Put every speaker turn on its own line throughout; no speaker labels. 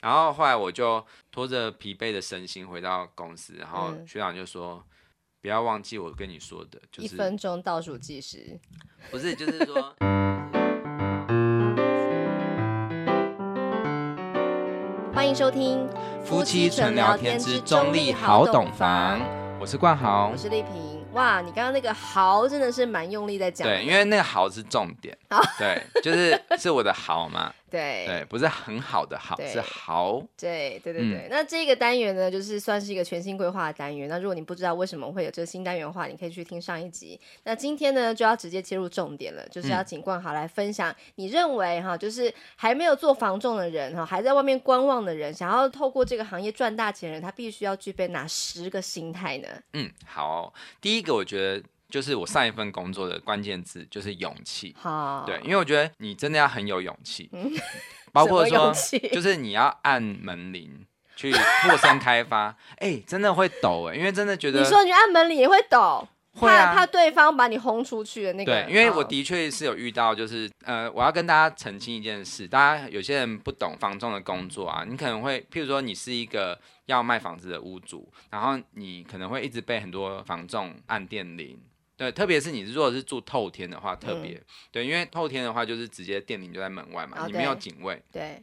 然后后来我就拖着疲惫的身心回到公司，然后
嗯
学长就说：“不要忘记我跟你说的，就
一
是
分钟倒数计时，
不是就是 说。”
欢迎收听
夫妻纯聊天之中立好懂房，，我是冠豪
我。是丽萍。哇，你刚刚那个豪真的是蛮用力在讲的，哦
对，因为那个好是重 点，对，就是是我的好嘛，
对
对，不是很好的好，
对
是好，
对对
嗯
对对，那这个单元呢，就是算是一个全新规划的单元。那如果你不知道为什么会有这个新单元的话，你可以去听上一集。那今天呢，就要直接切入重点了，就是
嗯
要请冠豪来分享，你认为哈，就是还没有做房仲的人哈，还在外面观望的人，想要透过这个行业赚大钱的人，他必须要具备哪十个心态呢？
嗯，好。第一个，我觉得就是我上一份工作的关键字就是勇气，
好，
对，，因为我觉得你真的要很有勇气，包括说，
嗯什 么勇气
就是你要按门铃去陌生开发， 哎，真的会抖哎，因为真的觉得
你说你按门铃也会抖，
会啊
怕怕对方把你轰出去的那个。
对，因为我
嗯
的确是有遇到，就是呃，我要跟大家澄清一件事，大家有些人不懂房仲的工作啊，你可能会，譬如说你是一个要卖房子的屋主，然后你可能会一直被很多房仲按电铃。对，特别是你如果是住透天的话，特别、对，因为透天的话就是直接电铃就在门外嘛，
嗯哦
你没有
对
警卫，
对，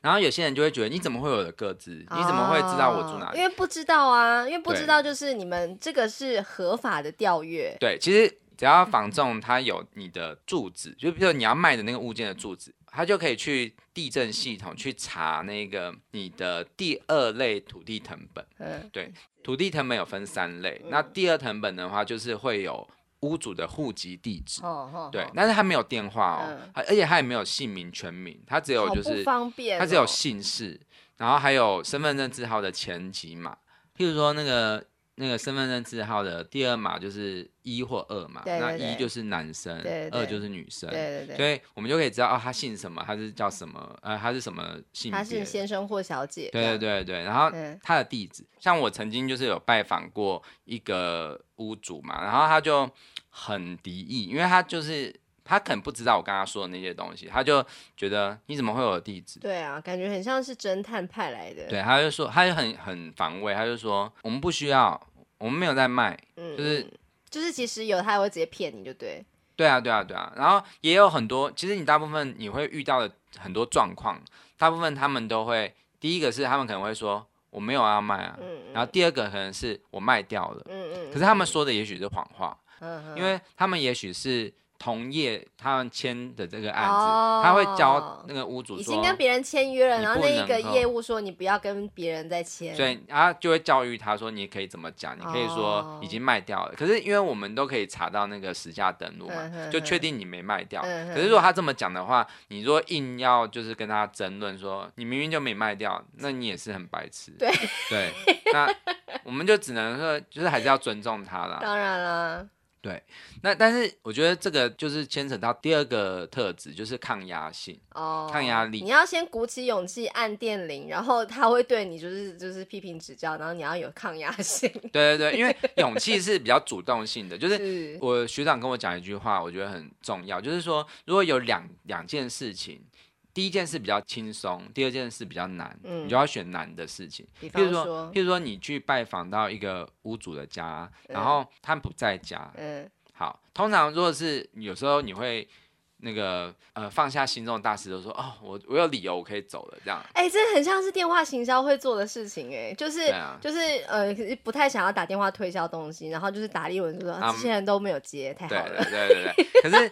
然后有些人就会觉得你怎么会有我的个子？你怎么会知道我住哪
哦
里？
因为不知道啊，因为不
对
知道就是你们这个是合法的调阅，
对，其实只要房仲他有你的住址，就比如说你要卖的那个物件的住址，他就可以去地震系统去查那个你的第二类土地成本。
嗯，
对，土地成本有分三类，那第二成本的话就是会有屋主的户籍地址。
哦哦，
对
哦，
但是他没有电话哦
嗯，
他而且他也没有姓名、全名，他只有
好
就
不
是
方便哦，
它只有姓氏，然后还有身份证字号的前几码，譬如说那个那个身份证字号的第二码就是一或二嘛，
对对
那
对
一就是男生，
对对
二就是女生，
对对
所
对，
以我们就可以知道哦，他姓什么，他是叫什么，呃，他是什么性
他是
别，
先生或小姐，
对对
这
对
样，
对，然后
嗯
他的地址，像我曾经就是有拜访过一个屋主嘛，然后他就很敌意，因为他就是。他可能不知道我刚刚说的那些东西，他就觉得你怎么会有我的地址？
对啊，感觉很像是侦探派来的，
对，他就说，他就很很防卫，他就说我们不需要，我们没有在卖。
嗯，嗯，
就是
就是其实有他也会直接骗你就对，
对啊，对啊，对啊。然后也有很多，其实你大部分你会遇到的很多状况，大部分他们都会，第一个是他们可能会说我没有要卖啊，
嗯
然后第二个可能是我卖掉了，
嗯嗯，
可是他们说的也许是谎话，
嗯，嗯
因为他们也许是。同业他们签的这个案子，
哦
他会教那个屋主
已
说，
经跟别人签约了，
你
然后
不
那一
能
个
够
业务说你不要跟别人再签，
所以他就会教育他说，你可以怎么讲，你可以说
哦
已经卖掉了。可是因为我们都可以查到那个实价登录嘛
嗯，哼
就确定你没卖掉。
嗯哼
可是如果他这么讲的话，你如果硬要就是跟他争论说你明明就没卖掉，那你也是很白痴。
对
对，那我们就只能说，就是还是要尊重他啦。
当然啦，
那但是我觉得这个就是牵扯到第二个特质，就是抗压性。
哦，
抗压力
你要先鼓起勇气按电铃，然后他会对你就是就是批评指教，然后你要有抗压 性。
对对对，因为勇气是比较主动性的，就是
是，
我学长跟我讲一句话，我觉得很重要，就是说，如果有两两件事情，第一件事比较轻松，第二件事比较难，
嗯
你就要选难的事情。
比
譬
方
如说，譬如说你去拜访到一个屋主的家，然后他不在家，
嗯，
好，通常如果是有时候你会那个呃放下心中的大石头，说哦，我我有理由我可以走了，这样。
哎、这很像是电话行销会做的事情、哎，就是、
对啊
就是呃，可是不太想要打电话推销东西，然后就是打一文就说、啊
啊
这些人都没有接，太
对
好了，
对对对对。可是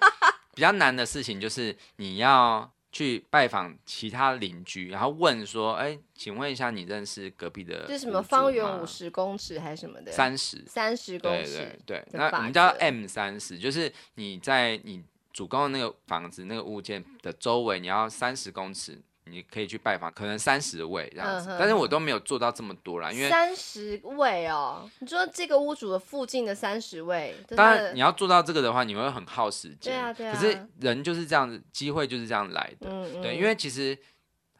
比较难的事情就是你要去拜访其他邻居，然后问说：“哎，请问一下，你认识隔壁的？”
就是什么方圆五、十公尺还是什么的，
三十，
三十公
对
尺，
对对。
的
那
法
我们叫
则
M 三十，就是你在你主攻的那个房子、那个物件的周围，你要三十公尺。你可以去拜访，可能三十位这样子，
嗯哼
但是我
哼
都没有做到这么多啦，因为
三十位哦，你说这个屋主的附近的三十位，真
当
的
然你要做到这个的话，你会很耗时间。
对啊对
可是
啊
人就是这样子，机会就是这样来的。
嗯嗯，
对，因为其实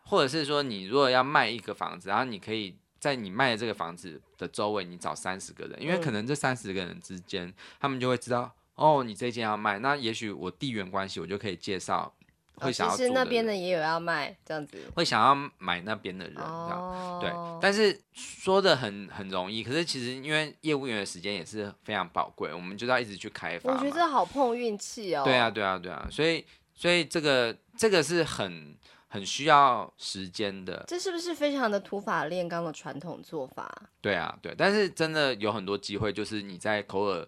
或者是说，你如果要卖一个房子，然后你可以在你卖的这个房子的周围，你找三十个人，因为
嗯
可能这三十个人之间，他们就会知道哦，你这间要卖，那也许我地缘关系，我就可以介绍会想
其
要
实
租
那
的
边
人
的也有要卖这样子。
会想要买那边的人这样。
哦，
对，但是说的很很容易，可是其实因为业务员的时间也是非常宝贵，我们就是要一直去开发
我
嘛。
觉得这好碰运气哦。
对啊，，对啊，对啊，所以所以这个这个是很很需要时间的，
这是不是非常的土法炼钢的传统做法？
对啊，对，但是真的有很多机会，就是你在口耳，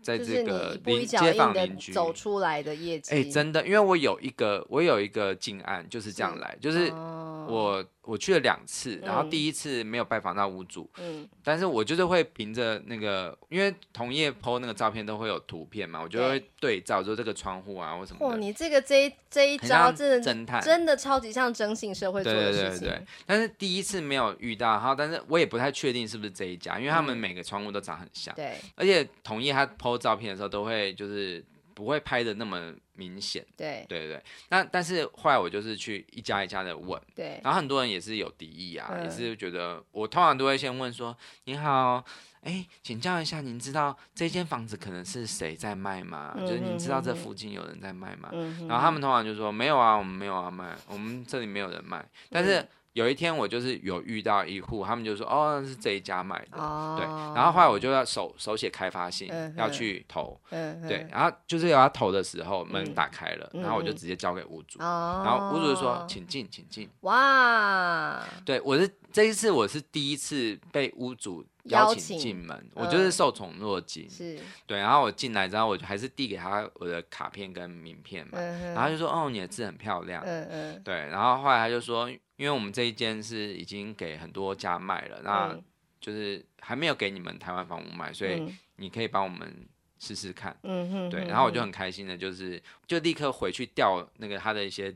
在
就是
这
你
个
一步
邻
一脚
街
印
坊
的
邻居，
走出来的业绩。
哎、真的，因为我有一个我有一个近案就是这样
是
来，就是
哦
我我去了两次，然后
嗯
第一次没有拜访到屋主，
嗯
但是我就是会凭着那个，因为同业 PO 那个照片都会有图片嘛，我就会对照说这个窗户啊或什么
哇，
的，
你这个这一这一
很
招
像
真的
侦探。
真的超级像征信社会做
对
的
对
事
对
情。
对，但是第一次没有遇到，然后但是我也不太确定是不是这一家，因为他们
嗯
每个窗户都长很像，
对
而且同业他 PO 照片的时候都会就是不会拍的那么明显，
对
对对对。那但是后来我就是去一家一家的问，
对
然后很多人也是有敌意啊，
嗯
也是觉得我通常都会先问说：“您好，哎，请教一下，您知道这间房子可能是谁在卖吗？
嗯
就是
哼
您知道
哼
这
哼
附近有人在卖吗？”
嗯哼
然后他们通常就说：“没有啊，我们没有要卖，我们这里没有人卖。”但是有一天我就是有遇到一户，他们就说：“哦，是这一家卖的。”
哦，
对，然后后来我就要手手写开发信、
嗯
要
哼
去投，
嗯哼
对，然后就是要投的时候门
嗯
打开了，然后我就
嗯嗯
直接交给屋主，
哦，
然后屋主就说：“请进，请进。”
哇，
对，我是这一次我是第一次被屋主邀
邀
请
请
进门，我就是
嗯
受宠若惊。
是，
对，然后我进来之后，我就还是递给他我的卡片跟名片嘛，
嗯哼，
然后他就说哦，你的字很漂亮。
嗯嗯，
对，然后后来他就说，因为我们这一间是已经给很多家卖了，那
嗯
就是还没有给你们台湾房屋卖，所以
嗯
你可以帮我们试试看。
嗯哼，
对，
哼
然后我就
哼
很开心的，就是就立刻回去调那个他的一些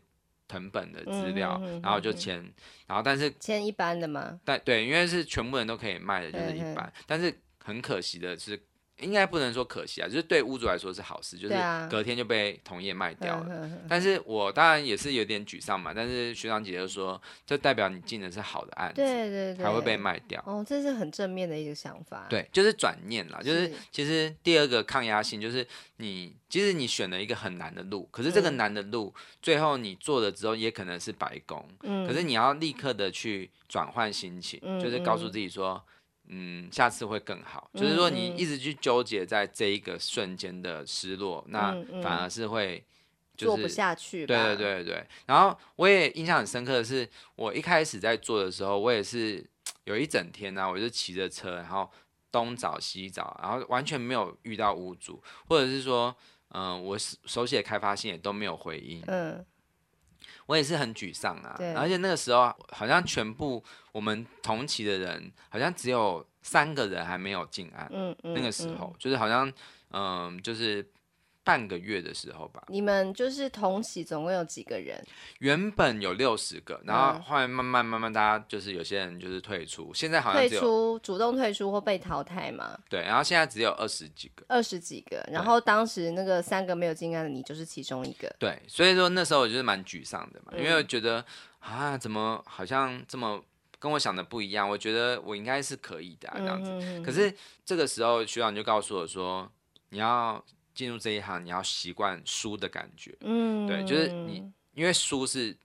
藤本的资料，
嗯嗯嗯
然后就
嗯嗯
签，然后但是
签一般的嘛，
但对，因为是全部人都可以卖的，就是一
嗯
般。但是很可惜的是，应该不能说可惜啊，就是对屋主来说是好事，就是
对啊
隔天就被同业卖掉
嗯
了。
哼哼
但是我当然也是有点沮丧嘛，但是学长姐就说，这代表你进的是好的案子，
对对对，
才会被卖掉。
哦，这是很正面的一个想法，，
对，就是转念啦，就是
是
其实第二个抗压性就是你，即使你选了一个很难的路，可是这个
嗯
难的路、最后你做了之后也可能是白宫，
嗯，
可是你要立刻的去转换心情，
嗯
就是告诉
嗯
自己说，嗯，下次会更好。就是说你
嗯嗯
一直去纠结在这一个瞬间的失落，
嗯
那
嗯
反而是会就是
做不下去吧，
对对对对。然后我也印象很深刻的是，我一开始在做的时候，我也是有一整天呢、我就骑着车，然后东找西找，然后完全没有遇到屋主，或者是说，嗯、我手手写开发信也都没有回音，
嗯，
我也是很沮丧啊
对。
而且那个时候好像全部我们同期的人，好像只有三个人还没有进案。
嗯嗯，
那个时
嗯
候就是好像，嗯，就是半个月的时候吧。
你们就是同期总共有几个人？
原本有六十个，然后
嗯
后来慢慢慢慢，大家就是有些人就是退出，现在好像
退
只有
出、主动退出或被淘汰吗？
对，然后现在只有二十几个。
二十几个，然后当时那个三个没有进案的你就是其中一个，
对，所以说那时候我就是蛮沮丧的嘛，因为我
嗯
觉得啊，怎么好像这么跟我想的不一样？我觉得我应该是可以的、啊、这样子。
子
可是这个时候，学长就告诉我说，你要进入这一行，你要习惯输的感觉，
嗯
对就是你因为输是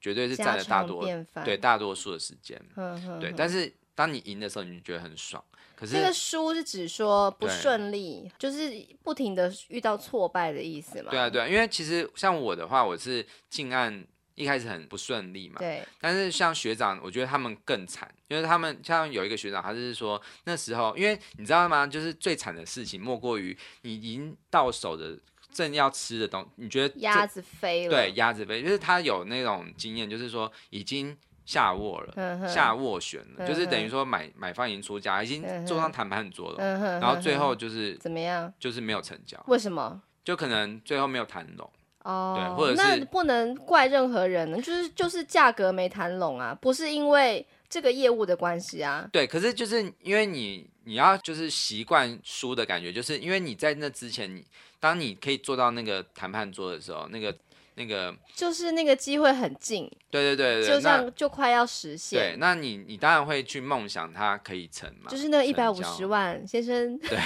绝对是占了大多对，大多数的时间，
嗯哼
对。
哼
但是当你赢的时候，你就觉得很爽。可
这个
是
输是指说不
对
顺利，就是不停的遇到挫败的意思嘛？
对啊，对啊，因为其实像我的话，我是进案一开始很不顺利嘛，
对
但是像学长，我觉得他们更惨，因为他们像有一个学长，他就是说那时候，因为你知道吗？就是最惨的事情莫过于你已经到手的正要吃的东西，你觉得
鸭
这
子飞了，
对，鸭子杯，就是他有那种经验，就是说已经下卧了。
嗯哼，
下斡旋了，就是等于
嗯
说买买方已经出价，已经
嗯
坐上谈判桌了，
嗯哼，
然后最
哼
后
哼
就是
怎么样？
就是没有成交，
为什么？
就可能最后没有谈拢。
哦，
对或者
那
是
不能怪任何人，就是就是价格没谈拢啊，不是因为这个业务的关系啊。
对，可是就是因为你你要就是习惯输的感觉，就是因为你在那之前，你当你可以坐到那个谈判桌的时候，那个那个，
就是那个机会很近，
对对对对，
就
那
像就快要实
对，
现，
那你你当然会去梦想它可以成嘛，
就是那一
成
百五
交
十万先生，
对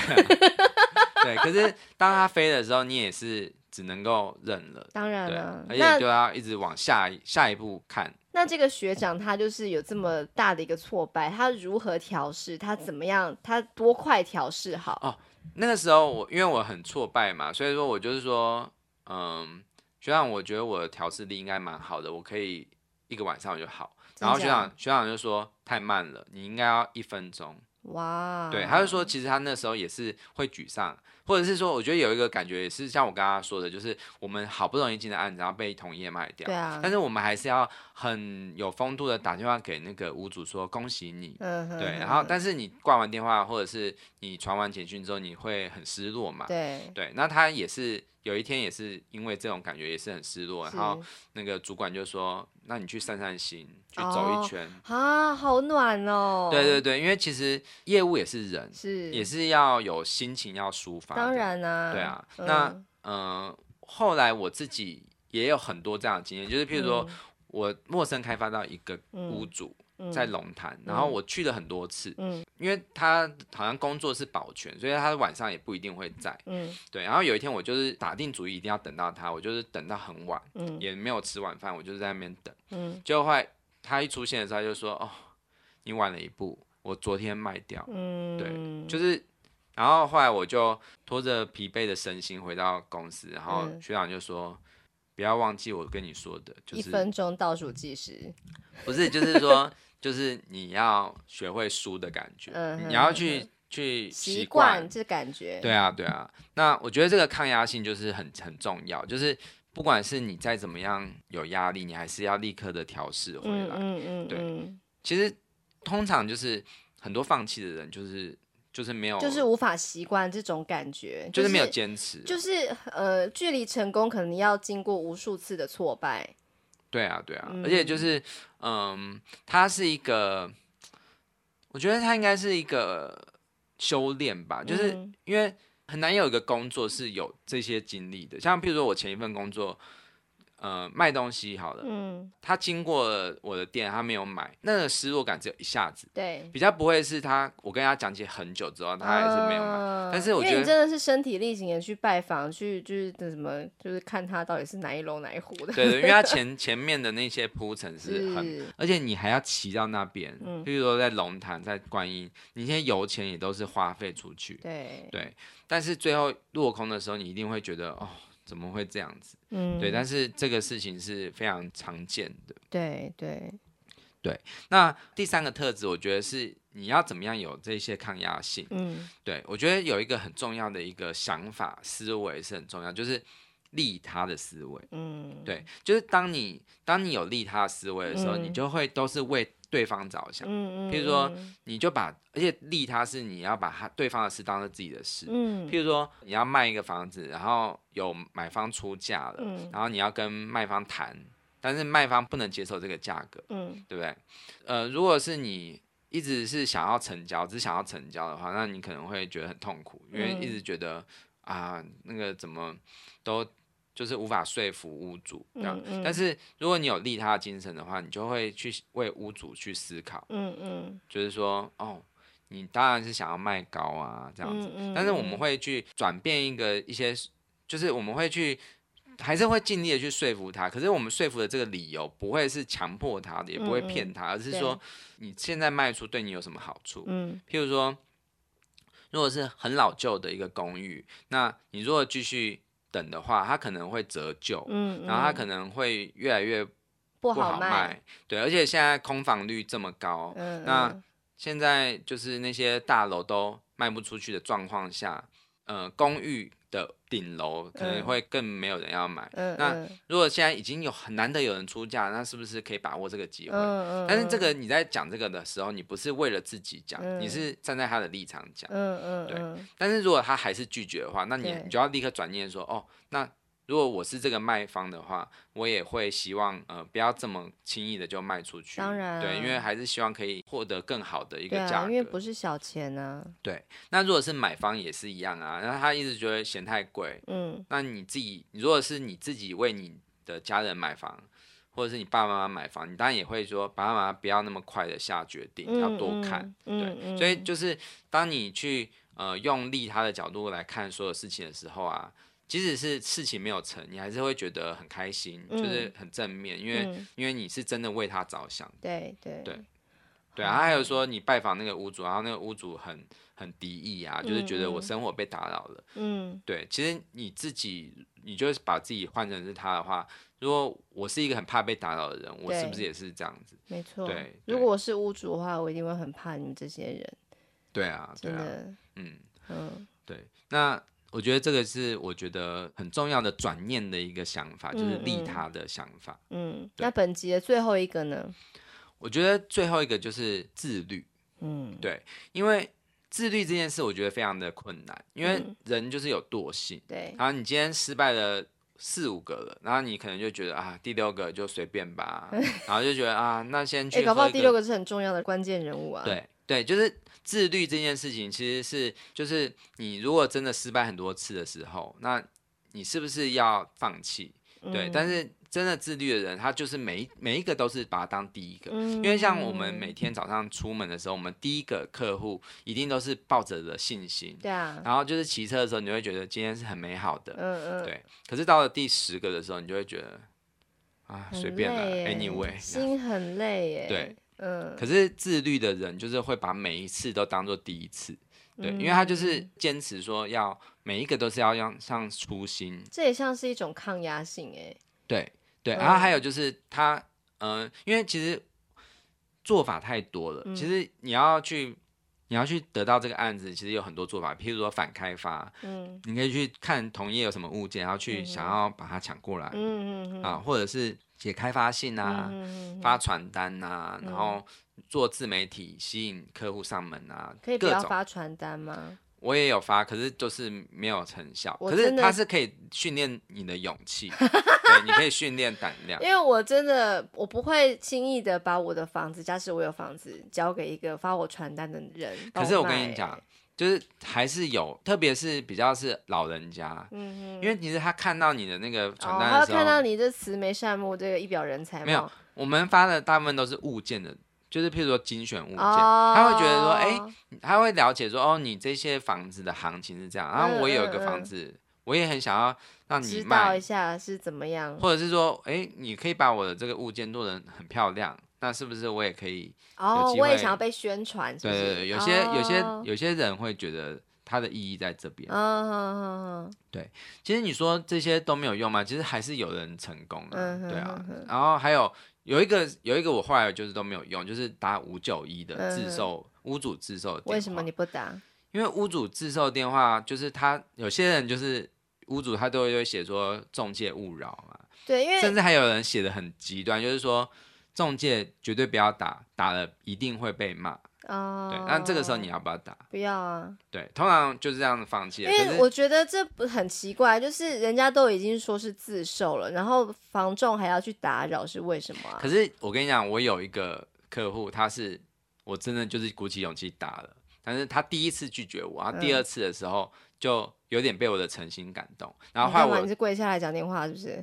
对，可是当它飞的时候，你也是只能够认了。
当然
对
了，，
而且
嗯啊那
就要一直往下一下一步看。
那这个学长他就是有这么大的一个挫败，他如何调试？他怎么样？他多快调试好？
那个时候我因为我很挫败嘛，所以说我就是说，嗯，学长，我觉得我的调试力应该蛮好的，我可以一个晚上我就好。然后学
真假
长学长就说太慢了，你应该要一分钟。
哇，哦
对，他就说，其实他那时候也是会沮丧，或者是说，我觉得有一个感觉也是像我刚刚说的，就是我们好不容易进的案子，然后被同业卖掉，
对啊
但是我们还是要很有风度的打电话给那个屋主说恭喜你，
嗯哼，
对，然后但是你挂完电话或者是你传完简讯之后，你会很失落嘛，
对，
对，那他也是有一天也是因为这种感觉也是很失落，然后
是
那个主管就说，那你去散散心，去走
哦
一圈，
啊，好暖哦，
对对对，因为其实业务也是人。
是
也是要有心情要抒发的。
当然啦、
对啊
嗯
那嗯、呃后来我自己也有很多这样的经验，就是譬如说、我陌生开发到一个屋主。
嗯
在龙潭，然后我去了很多次，
嗯
因为他好像工作是保全，所以他晚上也不一定会在。
嗯
对，然后有一天我就是打定主意一定要等到他，我就是等到很晚，
嗯
也没有吃晚饭，我就是在那边等。
嗯
结果后来他一出现的时候，他就说：“哦，你晚了一步，我昨天卖掉。”
嗯，
对就是，然后后来我就拖着疲惫的身心回到公司，然后
嗯
学长就说。不要忘记我跟你说的，就
一
是
分钟倒数计时，
不是就是说，就是你要学会输的感觉，
嗯哼
你要去去
习
习
惯这感觉，
对啊，对啊。那我觉得这个抗压性就是很很重要，就是不管是你再怎么样有压力，你还是要立刻的调试回
嗯，
来。
嗯嗯
对
嗯
其实通常就是很多放弃的人，就是就是没有，
嗯，就是无法习惯这种感觉，
就是
是
没有坚持。
就是呃，距离成功可能要经过无数次的挫败，
对啊，对啊，
嗯
而且就是，嗯，它是一个，我觉得它应该是一个修炼吧，就是
嗯
因为很难有一个工作是有这些经历的。像譬如说我前一份工作，呃，卖东西好了，
嗯，
他经过了我的店，他没有买，那个失落感只有一下子，
对，
比较不会是他我跟他讲解很久之后，他还是没有买。
啊
但是我
因为
觉
你
得
真的是身体力行的去拜访，去就是那什么，就是看他到底是哪一楼哪一户的，
对对，因为他前前面的那些铺 陈是很
是
而且你还要骑到那边，
嗯
比如说在龙潭、在观音，你那些油钱也都是花费出去，
对，
对。但是最后落空的时候，你一定会觉得哦，怎么会这样子？
嗯，
对，但是这个事情是非常常见的。
对对，
那第三个特质，我觉得是你要怎么样有这些抗压性。
嗯
对我觉得有一个很重要的一个想法思维是很重要，就是利他的思维。
嗯，
对，就是当你当你有利他的思维的时候，
嗯
你就会都是为对方着想。
嗯，嗯
譬如说
嗯
你就把，而且利他是你要把他对方的事当做自己的事。
嗯
譬如说，你要卖一个房子，然后有买方出价了，
嗯
然后你要跟卖方谈，但是卖方不能接受这个价格，
嗯
对不对？呃，如果是你一直是想要成交，只想要成交的话，那你可能会觉得很痛苦，因为
嗯
一直觉得啊，那个怎么都就是无法说服屋主这样。
嗯嗯
但是如果你有利他的精神的话，你就会去为屋主去思考。
嗯嗯，
就是说，哦，你当然是想要卖高啊，这样子。
嗯
但是我们
嗯
会去转变一个一些，就是我们会去，还是会尽力的去说服他。可是我们说服的这个理由不会是强迫他的，也不
嗯
会骗他，而是说你现在卖出对你有什么好处。
嗯
譬如说，如果是很老旧的一个公寓，那你如果继续等的话，它可能会折旧，
嗯，
然后它
嗯
可能会越来越
不
不好卖。
卖，
对，而且现在空房率这么高，
嗯，
那
嗯
现在就是那些大楼都卖不出去的状况下，呃，公寓的顶楼可能
嗯
会更没有人要买。
嗯
那
嗯
如果现在已经有很难得有人出价，那是不是可以把握这个机会？
嗯嗯，
但是这个你在讲这个的时候，你不是为了自己讲，
嗯
你是站在他的立场讲。
嗯嗯
对
嗯
但是如果他还是拒绝的话，那你
对
你就要立刻转念说，哦，那如果我是这个卖方的话，我也会希望呃不要这么轻易的就卖出去。
当然
对，
啊
因为还是希望可以获得更好的一个
对
价
啊，
格。
因为不是小钱啊呢、
那如果是买方也是一样啊，然后他一直觉得嫌太贵，
嗯
那你自己，你如果是你自己为你的家人买房，或者是你爸爸妈妈买房，你当然也会说爸爸妈妈不要那么快的下决定，
嗯，
要多看。
嗯，
对
嗯，嗯
所以就是当你去呃用利他的角度来看所有事情的时候啊，即使是事情没有成，你还是会觉得很开心，就是很正面，因为、
嗯
因为你是真的为他着想。
对对
对对
嗯
啊，他还有说你拜访那个屋主，然后那个屋主很很敌意啊，就是觉得我
嗯嗯
生活被打扰了。
嗯
对，其实你自己，你就是把自己换成是他的话，如果我是一个很怕被打扰的人，我是不
对
是也是这样子？
没错。
对
如
对
果我是屋主的话，我一定会很怕你们这些人，
对啊，对
真
啊，
的，
嗯，
嗯
对。那我觉得这个是我觉得很重要的转念的一个想法，就是
嗯
利
嗯
他的想法。
嗯。
对
那本集的最后一个呢？
我觉得最后一个就是自律，
嗯，
对，因为自律这件事我觉得非常的困难，因为
嗯
人就是有惰性，
对
然后你今天失败了。四五个了，然后你可能就觉得啊，第六个就随便吧，然后就觉得啊，那先去
哎、
喝一。
搞不好第六个是很重要的关键人物啊。，
对对，就是自律这件事情，其实是就是你如果真的失败很多次的时候，那你是不是要放弃？对，但
是、
是真的自律的人，他就是每一每一个都是把它当第一个。
嗯、
因为像我们每天早上出门的时候，我们第一个客户一定都是抱着的信心，
对啊，
然后就是骑车的时候，你会觉得今天是很美好的，
嗯嗯，
对。可是到了第十个的时候，你就会觉得啊，
很
随便了
累耶
，anyway。
心很累耶。
对，
嗯，
可是自律的人就是会把每一次都当做第一次，对，
嗯
因为他就是坚持说要每一个都是要让上初心，
这也像是一种抗压性哎。
对对，
嗯
然后还有就是他，嗯、因为其实做法太多了，
嗯
其实你要去你要去得到这个案子，其实有很多做法，譬如说反开发，
嗯
你可以去看同业有什么物件，然后去想要把它抢过来、
嗯嗯嗯
啊，或者是写开发信啊，
嗯嗯嗯
发传单啊，
嗯
然后做自媒体吸引客户上门啊，
可以不
各
要
种。
发传单吗？
我也有发，可是就是没有成效。
我
可是
真的
它是可以训练你的勇气，对，你可以训练胆量。
因为我真的我不会轻易的把我的房子，假使我有房子，交给一个发我传单的人。
可是我
帮
跟
卖
你讲，，就是还是有，特别是比较是老人家，
嗯
因
嗯，
为其实他看到你的那个传
哦，
单
他
的
要
时
看
候，
到你这慈眉善目，这个一表人才貌，
没有我们发的大部分都是物件的，就是譬如说精选物件，
哦，
他会觉得说，哎、他会了解说，哦，你这些房子的行情是这样，然后
嗯
我有一
嗯
个
嗯
房子，我也很想要让你
知道
卖
一，下是怎么样，
或者是说，哎、你可以把我的这个物件做的很漂亮，那是不是我也可以？
哦
有，机
我也
会
想要被宣传，是
对
不是
对对，有些、有
哦
些有些人会觉得它的意义在这边。
嗯，
其实你说这些都没有用嘛，其实还是有人成功的、
嗯哼
对啊
哼哼。
然后还有有一个有一个我后来就是都没有用，就是打五九一的
嗯哼
自售、屋主自售的电话。
为什么你？不打？
因为屋主自售电话就是他有些人就是屋主他都会写说中介勿扰嘛，
对，因
甚
为
至还有人写的很极端，就是说中介绝对不要打，打了一定会被骂。
哦，
对，那这个时候你要不要打？
不要啊，
对，通常就是这样子放弃
因
了。可
为
是
我觉得这不很奇怪，就是人家都已经说是自售了，然后房仲还要去打扰，是为什么啊
可？是我跟你讲，我有一个客户，他是我真的就是鼓起勇气打了，但是他第一次拒绝我，然后第
嗯
二次的时候就有点被我的诚心感动，然后
你
后来
干嘛？你
我
是跪下来讲电话是不是？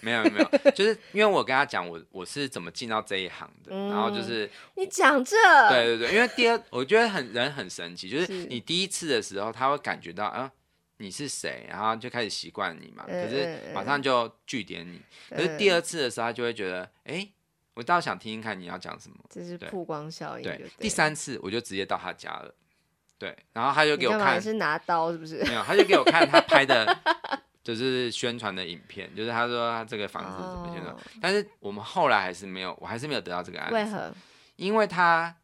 没有没有，就是因为我跟他讲我我是怎么进到这一行的，然后就
嗯
是
你讲这，
对对对，因为第二我觉得很人很神奇，就是
是
你第一次的时候他会感觉到啊。你是谁？然后就开始习惯你嘛，可
嗯
是
嗯
马上就据点你。可是第二次的时候，他就会觉得，哎、我倒想听听看你要讲什么。
这是
对
曝光效应就
对
对了。，
第三次我就直接到他家了，对，然后他就
你
给我
干嘛？
看
你，是拿刀是 不是？
没有，他就给我看他拍的，就是宣传的影片，就是他说他这个房子怎么宣传，
哦
但是我们后来还是没有，我还是没有得到这个案子，
为何？
因为他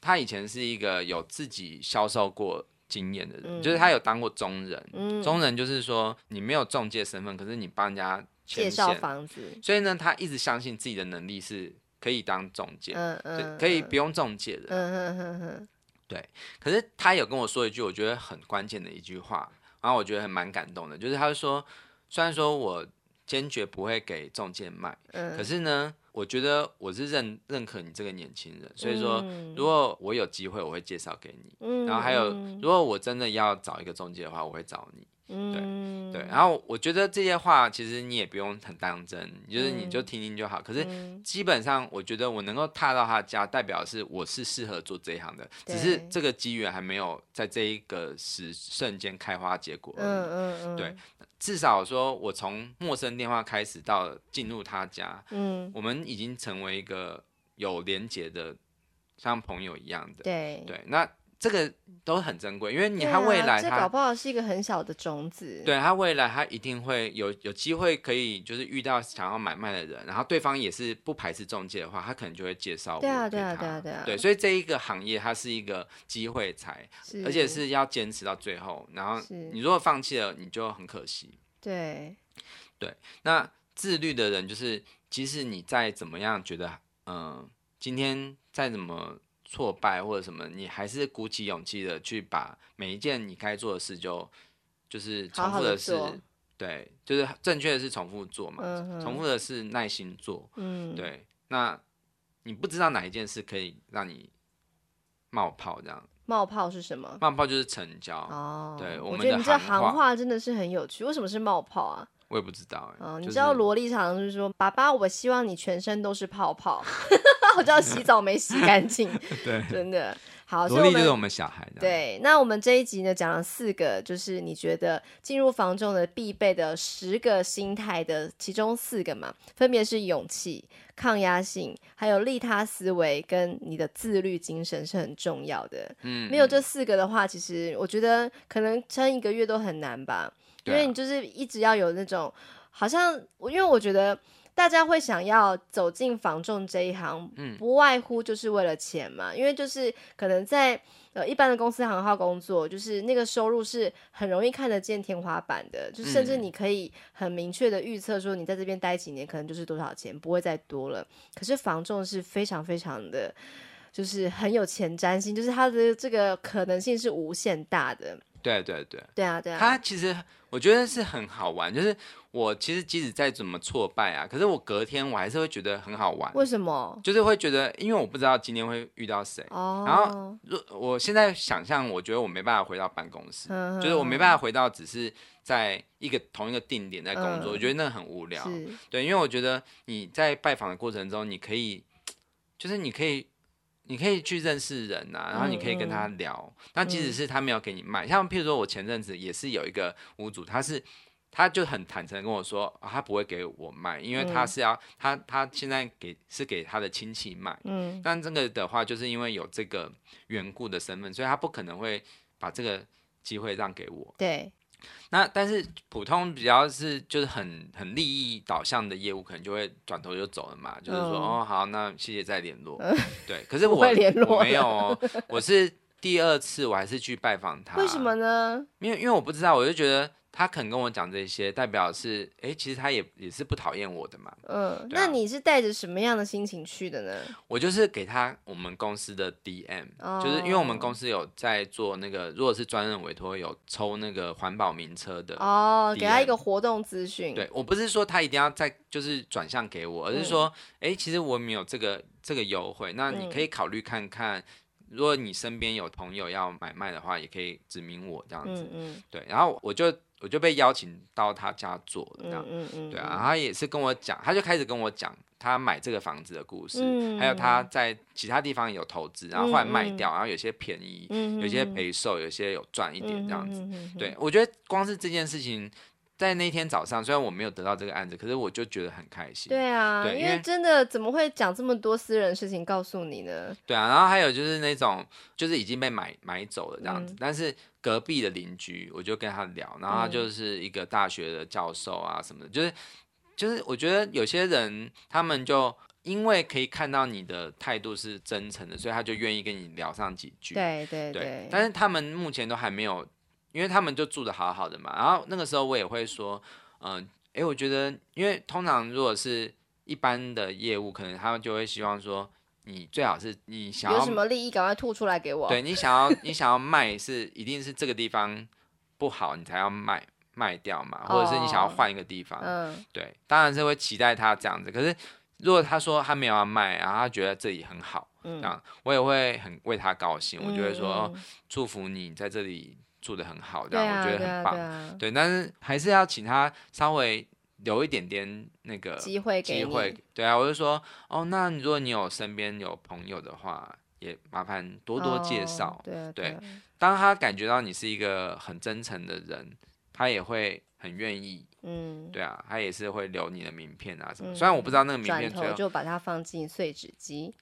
他以前是一个有自己销售过经验的人，
嗯
就是他有当过中人，
嗯，
中人就是说你没有中介身份，可是你帮人家牵
介绍
线，
房子，
所以呢，他一直相信自己的能力是可以当中介，
嗯
对，
嗯，
可以
嗯
不用中介的，
嗯哼哼哼，
可是他有跟我说一句我觉得很关键的一句话，然后我觉得很蛮感动的，就是他就说，虽然说我坚决不会给中介卖，
嗯，
可是呢，我觉得我是认认可你这个年轻人，所以说
嗯
如果我有机会，我会介绍给你。
嗯，
然后还有，
嗯
如果我真的要找一个中介的话，我会找你。
嗯，
对，然后我觉得这些话其实你也不用很当真，就是你就
嗯
听听就好。可是
嗯
基本上，我觉得我能够踏到他的家，代表是我是适合做这一行的，只是
对
这个机缘还没有在这一个时瞬间开花结果而已。
嗯嗯嗯，
对，至少说我从陌生电话开始到进入他家，
嗯，
我们已经成为一个有连结的，像朋友一样的。
对
对，那这个都很珍贵，因为你
对
他未
啊
来
这
他、
搞不好是一个很小的种子，
对他未来，他一定会有有机会可以就是遇到想要买卖的人，然后对方也是不排斥中介的话，他可能就会介绍我
对啊
给
对啊
他
对啊对啊
所以这一个行业它是一个机会财，
是，
而且是要坚持到最后，然后
是
你如果放弃了，你就很可惜。
对，
那自律的人就是，即使你再怎么样觉得，嗯、今天再怎么挫败或者什么，你还是鼓起勇气的去把每一件你该做的事就就是
好
重
好
复
地
的事，
做
对，就是正确的是重复做嘛，
嗯哼
重复的是耐心做，
嗯，
对。那你不知道哪一件事可以让你冒泡，这样
冒泡是什么？
冒泡就是成交，
哦，
对我
我
们
觉得
的
你这
行话
行话真的是很有趣。为什么是冒泡啊？
我也不知道、欸，
哦，你
就
知道
是
萝莉常常就是说：“爸爸，我希望你全身都是泡泡。” 我知道洗澡没洗干净，
对
真的。好，所
萝
以我
莉就是我
们
们小孩这样，
对，那我们这一集呢，讲了四个，就是你觉得进入房仲的必备的十个心态的其中四个嘛，分别是勇气、抗压性，还有利他思维跟你的自律精神是很重要的。
嗯，
没有这四个的话，其实我觉得可能撑一个月都很难吧，因
对啊
为你就是一直要有那种好像，我因为我觉得大家会想要走进房仲这一行，
嗯
不外乎就是为了钱嘛，因为就是可能在呃一般的公司行号工作，就是那个收入是很容易看得见天花板的，就甚至
嗯
你可以很明确的预测说你在这边待几年，可能就是多少钱，不会再多了。可是房仲是非常非常的，就是很有前瞻性，就是它的这个可能性是无限大的。
对对对。
对啊，对啊
它，其实我觉得是很好玩，就是我其实即使再怎么挫败啊，可是我隔天我还是会觉得很好玩，
为什么？
就是会觉得，因为我不知道今天会遇到谁。
哦，
然后若我现在想象，我觉得我没办法回到办公室，
嗯
就是我没办法回到只是在一个同一个定点在工作，
嗯
我觉得那很无聊。
是
对，因为我觉得你在拜访的过程中，你可以，就是你可以，你可以去认识人呐、然后你可
嗯
以跟他聊。那即使是他没有给你卖，像譬如说，我前阵子也是有一个屋主，他是他就很坦诚地跟我说、啊他不会给我卖，因为他
嗯
是要、他他现在给是给他的亲戚卖。
嗯
但这个的话，就是因为有这个缘故的身份，所以他不可能会把这个机会让给我。
对
那但是普通比较是就是很很利益导向的业务，可能就会转头就走了嘛，就是说
嗯
哦好，那谢谢再联络
嗯。
对，可是
不
我
会联络
我没
了
有哦，我是第二次我还是去拜访他。
为什么？呢？
因为因为我不知道，我就觉得他肯跟我讲这些，代表是哎、诶其实他也也是不讨厌我的嘛。
嗯，
对啊
那你是带着什么样的心情去的呢？
我就是给他我们公司的 DM，、就是因为
哦
我们公司有在做那个，如果是专任委托有抽那个环保名车的
哦，给他一
DM
个活动资讯。
呃对我不是说他一定要再就是转向给我，而是
嗯
说，哎、其实我们有这个这个优惠，那你
嗯
可以考虑看看。如果你身边有朋友要买卖的话，也可以指明我这样子。
嗯，嗯
对，然后我就我就被邀请到他家做了这样
嗯。嗯嗯，
对啊，然后他也是跟我讲，他就开始跟我讲他买这个房子的故事，还有他在其他地方有投资，然后后来卖
嗯嗯嗯
掉，然后有些便宜，
嗯，嗯
有些赔售，有些有赚一点这样子。。
嗯嗯嗯嗯嗯
对，我觉得光是这件事情，在那天早上，虽然我没有得到这个案子，可是我就觉得很开心。
对啊，
对
因
因
为
为
真的怎么会讲这么多私人事情告诉你呢？
对啊，然后还有就是那种就是已经被买买走了这样子，
嗯
但是隔壁的邻居，我就跟他聊，然后他
嗯
就是一个大学的教授啊什么的，就是就是我觉得有些人他们就。因为可以看到你的态度是真诚的，所以他就愿意跟你聊上几句。
对对
对，但是他们目前都还没有，因为他们就住的好好的嘛。然后那个时候我也会说，嗯、诶，我觉得，因为通常如果是一般的业务，可能他们就会希望说，你最好是你想
有什
要，
么利益赶快吐出来给我。
对你想要你想要卖是一定是这个地方不好，你才要卖卖掉嘛，或者是你想要
哦
换一个地方，
嗯，
对，当然是会期待他这样子。可是如果他说他没有要卖，然后他觉得这里很好，
嗯
这样我也会很为他高兴，我就会说。哦
嗯
祝福你在这里住得很好，这
对
样、
啊，
我觉
对
得
啊，
很
对
棒。
啊，
对，但是还是要请他稍微留一点点那个
机会给
机
你，
会。对啊，我就说哦，那如果你有身边有朋友的话，也麻烦多多介
哦
绍。
对啊，
对
啊，
当他感觉到你是一个很真诚的人，他也会很愿意。
嗯，
对啊，他也是会留你的名片啊什么。
嗯
虽然我不知道那个名
转
片最
头
后
就把它放进碎纸机，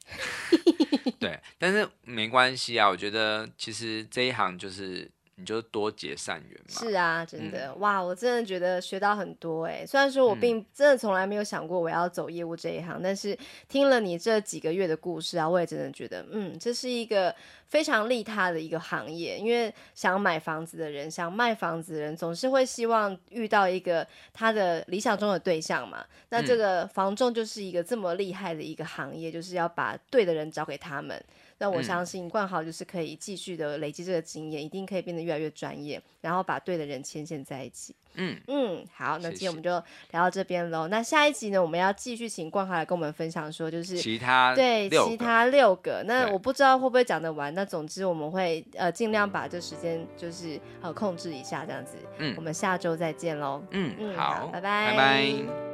对，但是没关系啊。我觉得其实这一行就是你就多结善缘嘛。
是啊，真的、哇，我真的觉得学到很多哎、虽然说我并真的从来没有想过我要走业务这一行，但是听了你这几个月的故事啊，我也真的觉得，嗯，这是一个非常利他的一个行业。因为想买房子的人，想卖房子的人，总是会希望遇到一个他的理想中的对象嘛。那这
嗯
个房仲就是一个这么厉害的一个行业，就是要把对的人找给他们。那我
嗯
相信冠豪就是可以继续的累积这个经验，一定可以变得越来越专业，然后把对的人牵线在一起。
嗯，
嗯，好，那
谢
今天我
谢
们就聊到这边喽。那下一集呢，我们要继续请冠豪来跟我们分享说，就是
其他
对
六
其
个
他六个。那
对
我不知道会不会讲得完，那总之我们会呃尽量把这时间就是呃控制一下这样子。
嗯
我们下周再见喽。
嗯
嗯
好，
好拜
拜
拜
拜